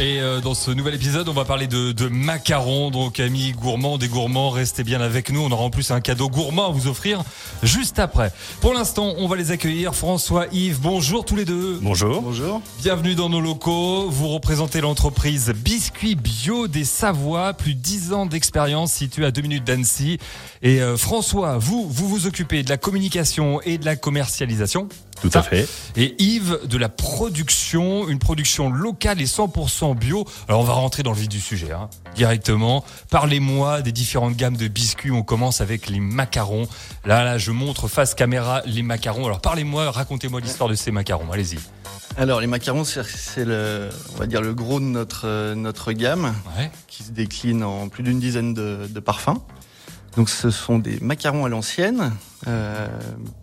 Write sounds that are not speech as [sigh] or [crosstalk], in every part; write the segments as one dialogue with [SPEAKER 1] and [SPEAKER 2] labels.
[SPEAKER 1] Et euh, dans ce nouvel épisode, on va parler de, de macarons. Donc, amis gourmands, des gourmands, restez bien avec nous. On aura en plus un cadeau gourmand à vous offrir juste après. Pour l'instant, on va les accueillir. François, Yves, bonjour tous les deux.
[SPEAKER 2] Bonjour.
[SPEAKER 3] Bonjour.
[SPEAKER 1] Bienvenue dans nos locaux. Vous représentez l'entreprise Biscuit Bio des Savoies, plus de 10 ans d'expérience située à 2 minutes d'Annecy. Et euh, François, vous, vous vous occupez de la communication et de la commercialisation.
[SPEAKER 2] Tout
[SPEAKER 1] Ça.
[SPEAKER 2] à fait.
[SPEAKER 1] Et Yves, de la production, une production locale et 100% bio. Alors on va rentrer dans le vif du sujet, hein, directement. Parlez-moi des différentes gammes de biscuits. On commence avec les macarons. Là, là, je montre face caméra les macarons. Alors parlez-moi, racontez-moi l'histoire de ces macarons. Allez-y.
[SPEAKER 3] Alors les macarons, c'est- c'est le, on va dire le gros de notre euh, notre gamme
[SPEAKER 1] Ouais.
[SPEAKER 3] qui se décline en plus d'une dizaine de, de parfums. Donc ce sont des macarons à l'ancienne euh,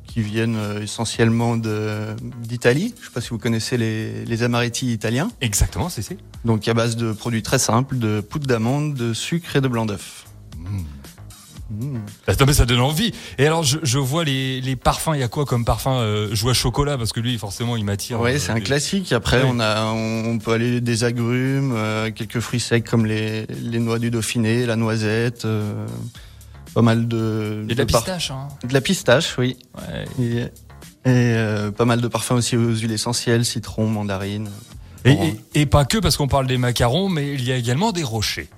[SPEAKER 3] qui viennent euh, essentiellement de d'Italie. Je ne sais pas si vous connaissez les, les amaretti italiens.
[SPEAKER 1] Exactement, c'est c'est.
[SPEAKER 3] Donc à base de produits très simples, de poudre d'amande, de sucre et de blanc d'œuf. Mmh.
[SPEAKER 1] Bah, Attends, mais ça donne envie. Et alors, je, je vois les, les parfums. Il y a quoi comme parfum euh, Je vois chocolat parce que lui, forcément, il m'attire.
[SPEAKER 3] Ouais,
[SPEAKER 1] Euh,
[SPEAKER 3] c'est un
[SPEAKER 1] les-
[SPEAKER 3] classique. Après,
[SPEAKER 1] Oui.
[SPEAKER 3] on, a, on, on peut aller des agrumes, euh, quelques fruits secs comme les, les noix du Dauphiné, la noisette, euh, pas mal de.
[SPEAKER 1] Et de la
[SPEAKER 3] par-
[SPEAKER 1] pistache. Hein.
[SPEAKER 3] De la pistache, oui.
[SPEAKER 1] Ouais.
[SPEAKER 3] Et, et, euh, pas mal de parfums aussi aux huiles essentielles, citron, mandarine.
[SPEAKER 1] Et,
[SPEAKER 3] Orange.
[SPEAKER 1] et- et pas que parce qu'on parle des macarons, mais il y a également des rochers.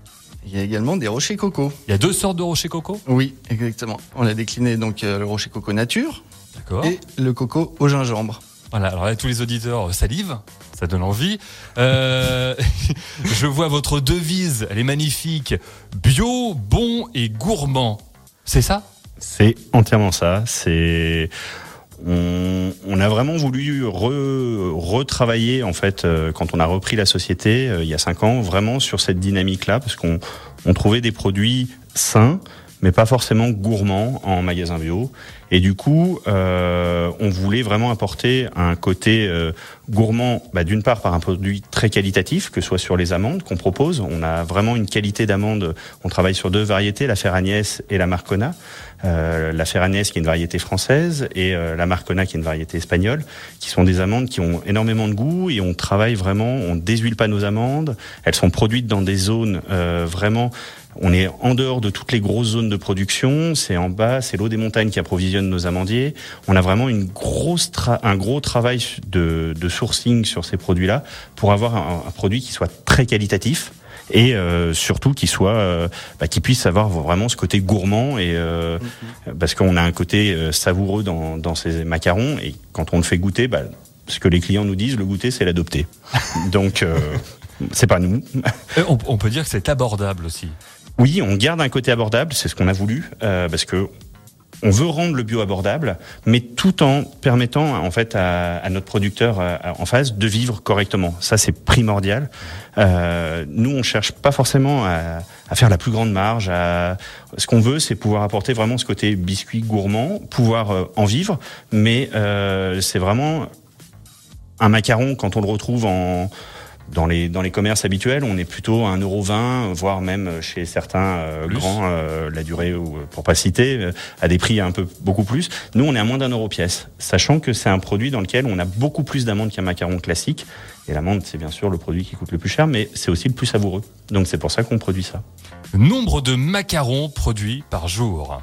[SPEAKER 3] Il y a également des rochers coco.
[SPEAKER 1] Il y a deux sortes de rochers coco.
[SPEAKER 3] Oui, exactement. On a décliné donc euh, le rocher coco nature
[SPEAKER 1] D'accord.
[SPEAKER 3] et le coco au gingembre.
[SPEAKER 1] Voilà, alors là, tous les auditeurs euh, salivent, ça donne envie. Euh, [laughs] je vois votre devise, elle est magnifique. Bio, bon et gourmand. C'est ça
[SPEAKER 2] C'est entièrement ça. C'est on, on a vraiment voulu re- retravailler en fait euh, quand on a repris la société euh, il y a cinq ans vraiment sur cette dynamique-là parce qu'on on trouvait des produits sains mais pas forcément gourmands en magasin bio et du coup euh, on voulait vraiment apporter un côté euh, gourmand bah, d'une part par un produit très qualitatif que ce soit sur les amandes qu'on propose on a vraiment une qualité d'amande on travaille sur deux variétés la Ferragnès et la Marcona euh, la Ferragnès qui est une variété française et euh, la Marcona qui est une variété espagnole, qui sont des amandes qui ont énormément de goût et on travaille vraiment, on déshuile pas nos amandes, elles sont produites dans des zones euh, vraiment on est en dehors de toutes les grosses zones de production, c'est en bas, c'est l'eau des montagnes qui approvisionne nos amandiers. On a vraiment une grosse tra- un gros travail de, de sourcing sur ces produits-là pour avoir un, un produit qui soit très qualitatif et euh, surtout qui soit euh, bah, qui puisse avoir vraiment ce côté gourmand et euh, parce qu'on a un côté euh, savoureux dans, dans ces macarons et quand on le fait goûter, bah, ce que les clients nous disent, le goûter, c'est l'adopter. Donc euh, c'est pas nous.
[SPEAKER 1] Euh, on, on peut dire que c'est abordable aussi.
[SPEAKER 2] Oui, on garde un côté abordable, c'est ce qu'on a voulu, euh, parce que on veut rendre le bio abordable, mais tout en permettant en fait à, à notre producteur euh, en face de vivre correctement. Ça, c'est primordial. Euh, nous, on cherche pas forcément à, à faire la plus grande marge. À... Ce qu'on veut, c'est pouvoir apporter vraiment ce côté biscuit gourmand, pouvoir euh, en vivre, mais euh, c'est vraiment un macaron quand on le retrouve en dans les, dans les commerces habituels, on est plutôt à 1,20€, voire même chez certains euh,
[SPEAKER 1] Plus.
[SPEAKER 2] grands, euh, la durée, ou, euh, pour pas citer, euh, à des prix un peu beaucoup plus. Nous, on est à moins d'un euro pièce, sachant que c'est un produit dans lequel on a beaucoup plus d'amandes qu'un macaron classique. Et l'amande, c'est bien sûr le produit qui coûte le plus cher, mais c'est aussi le plus savoureux. Donc c'est pour ça qu'on produit ça.
[SPEAKER 1] Nombre de macarons produits par jour.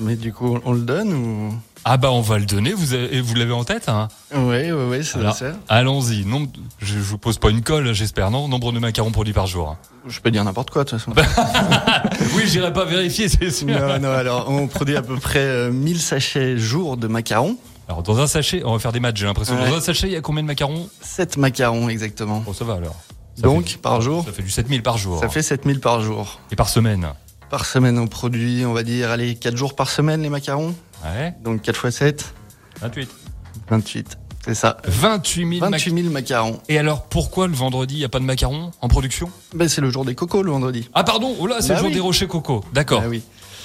[SPEAKER 3] Mais du coup, on le donne ou
[SPEAKER 1] Ah bah on va le donner, vous, avez- vous l'avez en tête hein
[SPEAKER 3] Oui, oui, oui, ça
[SPEAKER 1] Alors,
[SPEAKER 3] va faire.
[SPEAKER 1] Allons-y, Nombre de- je je vous pose pas une colle, j'espère, non Nombre de macarons produits par jour.
[SPEAKER 3] Je peux dire n'importe quoi de toute façon.
[SPEAKER 1] [laughs] Oui, j'irai pas vérifier, c'est sûr.
[SPEAKER 3] [laughs] non, non, alors on produit à peu près euh, 1000 sachets jour de macarons.
[SPEAKER 1] Alors dans un sachet, on va faire des matchs, j'ai l'impression.
[SPEAKER 3] Ouais.
[SPEAKER 1] Dans un sachet, il y a combien de macarons
[SPEAKER 3] 7 macarons exactement.
[SPEAKER 1] Bon, ça va alors. Ça
[SPEAKER 3] Donc
[SPEAKER 1] fait-
[SPEAKER 3] par jour,
[SPEAKER 1] Ça fait du 7000 par jour.
[SPEAKER 3] ça fait 7000 par jour.
[SPEAKER 1] Et par semaine.
[SPEAKER 3] Par semaine, on produit, on va dire, allez, 4 jours par semaine les macarons.
[SPEAKER 1] Ouais,
[SPEAKER 3] Donc 4 fois 7,
[SPEAKER 1] 28.
[SPEAKER 3] 28. C'est ça.
[SPEAKER 1] 28 000 macarons.
[SPEAKER 3] 28 000 macarons.
[SPEAKER 1] Et alors, pourquoi le vendredi, il n'y a pas de macarons en production
[SPEAKER 3] Ben, c'est le jour des cocos le vendredi.
[SPEAKER 1] Ah, pardon, oh là, c'est
[SPEAKER 3] Bah
[SPEAKER 1] le jour
[SPEAKER 3] oui.
[SPEAKER 1] des rochers coco. D'accord,
[SPEAKER 3] Ah oui.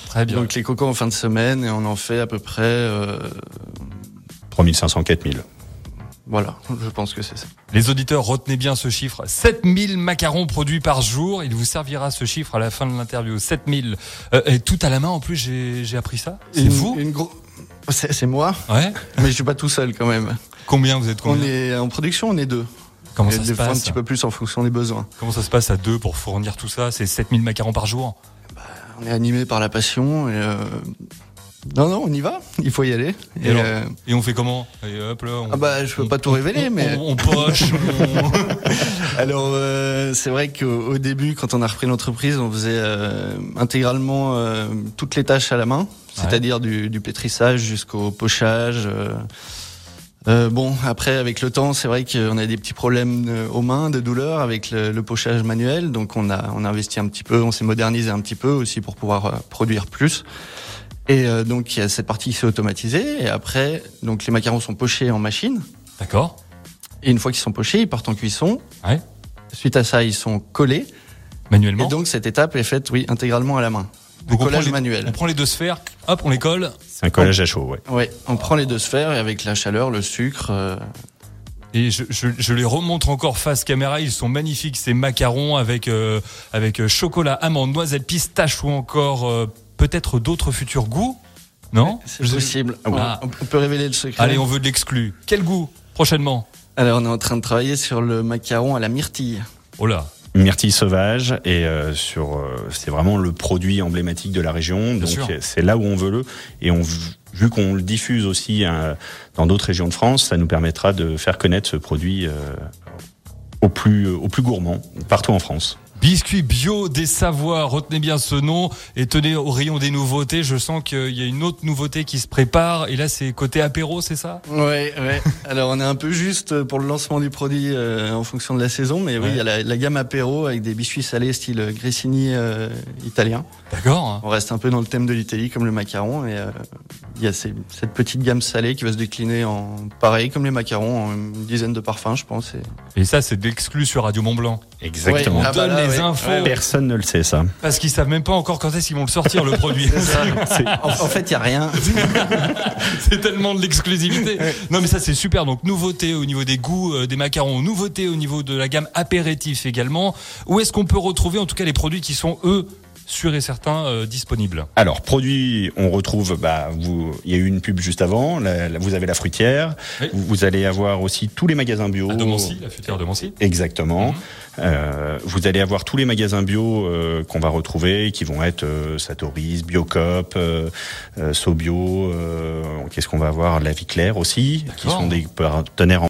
[SPEAKER 1] très bien.
[SPEAKER 3] Donc les cocos en fin de semaine et on en fait à peu près euh,
[SPEAKER 2] 3500, 4000.
[SPEAKER 3] Voilà, je pense que c'est ça.
[SPEAKER 1] Les auditeurs, retenez bien ce chiffre. 7000 macarons produits par jour. Il vous servira ce chiffre à la fin de l'interview. 7000. Euh, et tout à la main, en plus, j'ai j'ai appris ça. C'est
[SPEAKER 3] Une-
[SPEAKER 1] vous
[SPEAKER 3] une gro- C'est c'est moi,
[SPEAKER 1] Ouais.
[SPEAKER 3] mais je suis pas tout seul quand même.
[SPEAKER 1] Combien vous êtes
[SPEAKER 3] On
[SPEAKER 1] combien
[SPEAKER 3] est en production, on est deux.
[SPEAKER 1] Comment
[SPEAKER 3] Et
[SPEAKER 1] ça se
[SPEAKER 3] des fois, un
[SPEAKER 1] passe
[SPEAKER 3] petit peu plus en fonction des besoins.
[SPEAKER 1] Comment ça se passe à deux pour fournir tout ça C'est 7000 macarons par jour
[SPEAKER 3] On est animé par la passion et euh, non non, on y va. Il faut y aller.
[SPEAKER 1] Et
[SPEAKER 3] Et,
[SPEAKER 1] alors
[SPEAKER 3] euh,
[SPEAKER 1] Et on fait comment Et hop là, on-
[SPEAKER 3] Ah bah je peux
[SPEAKER 1] on-
[SPEAKER 3] pas tout révéler,
[SPEAKER 1] on-
[SPEAKER 3] mais
[SPEAKER 1] On, on
[SPEAKER 3] [laughs]
[SPEAKER 1] poche, on-
[SPEAKER 3] alors euh, c'est vrai qu'au au début, quand on a repris l'entreprise, on faisait euh, intégralement euh, toutes les tâches à la main, c'est-à-dire du, du pétrissage jusqu'au pochage. euh. Euh, bon, après avec le temps, c'est vrai qu'on a des petits problèmes euh, aux mains, de douleurs avec le, le pochage manuel, donc on a on a investi un petit peu, on s'est modernisé un petit peu aussi pour pouvoir euh, produire plus. Et euh, donc il y a cette partie qui s'est automatisée. Et après, donc les macarons sont pochés en machine.
[SPEAKER 1] D'accord.
[SPEAKER 3] Et une fois qu'ils sont pochés, ils partent en cuisson.
[SPEAKER 1] Ouais.
[SPEAKER 3] Suite à ça, ils sont collés.
[SPEAKER 1] Manuellement.
[SPEAKER 3] Et donc, cette étape est faite, oui, intégralement à la main. Le
[SPEAKER 1] Donc, on prend
[SPEAKER 3] collage
[SPEAKER 1] les- On
[SPEAKER 3] manuel.
[SPEAKER 1] prend les deux sphères, hop, on les colle.
[SPEAKER 2] C'est un collage à chaud, ouais.
[SPEAKER 3] Ouais, on prend les deux sphères et avec la chaleur, le sucre. euh,
[SPEAKER 1] Et je, je- je les remontre encore face caméra. Ils sont magnifiques ces macarons avec euh, avec euh, chocolat, amande, noisette, pistache ou encore euh, peut-être d'autres futurs goûts. Non
[SPEAKER 3] C'est
[SPEAKER 1] Je-
[SPEAKER 3] possible.
[SPEAKER 1] Ah oui.
[SPEAKER 3] On-
[SPEAKER 1] Ah.
[SPEAKER 3] On, peut révéler le secret.
[SPEAKER 1] Allez, on veut de l'exclu. Quel goût prochainement
[SPEAKER 3] Alors, on est en train de travailler sur le macaron à la myrtille.
[SPEAKER 1] Oh là,
[SPEAKER 2] Myrtille sauvage et euh, sur euh, c'est vraiment le produit emblématique de la région donc
[SPEAKER 1] sûr.
[SPEAKER 2] euh, c'est là où on veut le et on vu qu'on le diffuse aussi hein, dans d'autres régions de France ça nous permettra de faire connaître ce produit euh, au plus au plus gourmand partout en France.
[SPEAKER 1] Biscuit bio des Savoies, retenez bien ce nom et tenez au rayon des nouveautés. Je sens qu'il y a une autre nouveauté qui se prépare et là c'est côté apéro, c'est ça
[SPEAKER 3] Ouais, ouais. [laughs] Alors, on est un peu juste pour le lancement du produit euh, en fonction de la saison, mais oui,
[SPEAKER 1] Ouais.
[SPEAKER 3] il y a la, la gamme apéro avec des biscuits salés style grissini euh, italien.
[SPEAKER 1] D'accord. hein.
[SPEAKER 3] On reste un peu dans le thème de l'Italie, comme le macaron. Et euh, il y a ces- cette petite gamme salée qui va se décliner en pareil, comme les macarons, en une dizaine de parfums, je pense. et-
[SPEAKER 1] Et ça c'est de l'exclu sur Radio Mont Blanc.
[SPEAKER 2] Exactement.
[SPEAKER 3] Ouais, Ah bah
[SPEAKER 1] Donne
[SPEAKER 3] là,
[SPEAKER 1] les
[SPEAKER 3] ouais.
[SPEAKER 1] infos
[SPEAKER 3] Ouais.
[SPEAKER 2] Personne ne le sait ça.
[SPEAKER 1] parce qu'ils savent même pas encore quand est-ce qu'ils vont le
[SPEAKER 3] [laughs]
[SPEAKER 1] sortir le produit.
[SPEAKER 3] en, en fait, il n'y a rien.
[SPEAKER 1] [laughs] C'est tellement de l'exclusivité. Non, mais ça, c'est super. Donc, nouveauté au niveau des goûts euh, des macarons, nouveauté au niveau de la gamme apéritif également. Où est-ce qu'on peut retrouver, en tout cas, les produits qui sont, eux, sûrs et certains, euh, disponibles
[SPEAKER 2] Alors produit, on retrouve bah vous il y a eu une pub juste avant, la- la- vous avez la fruitière,
[SPEAKER 1] Oui.
[SPEAKER 2] vous, vous allez avoir aussi tous les magasins bio.
[SPEAKER 3] Oh.
[SPEAKER 1] À Domancy, la future Domancy.
[SPEAKER 2] Exactement.
[SPEAKER 1] Mhm.
[SPEAKER 2] Euh, vous allez avoir tous les magasins bio euh, qu'on va retrouver, qui vont être euh, Satoris, Biocop, euh, euh, Sobio. euh, Qu'est-ce qu'on va avoir La Vie Claire aussi, qui
[SPEAKER 1] D'accord.
[SPEAKER 2] sont des partenaires. en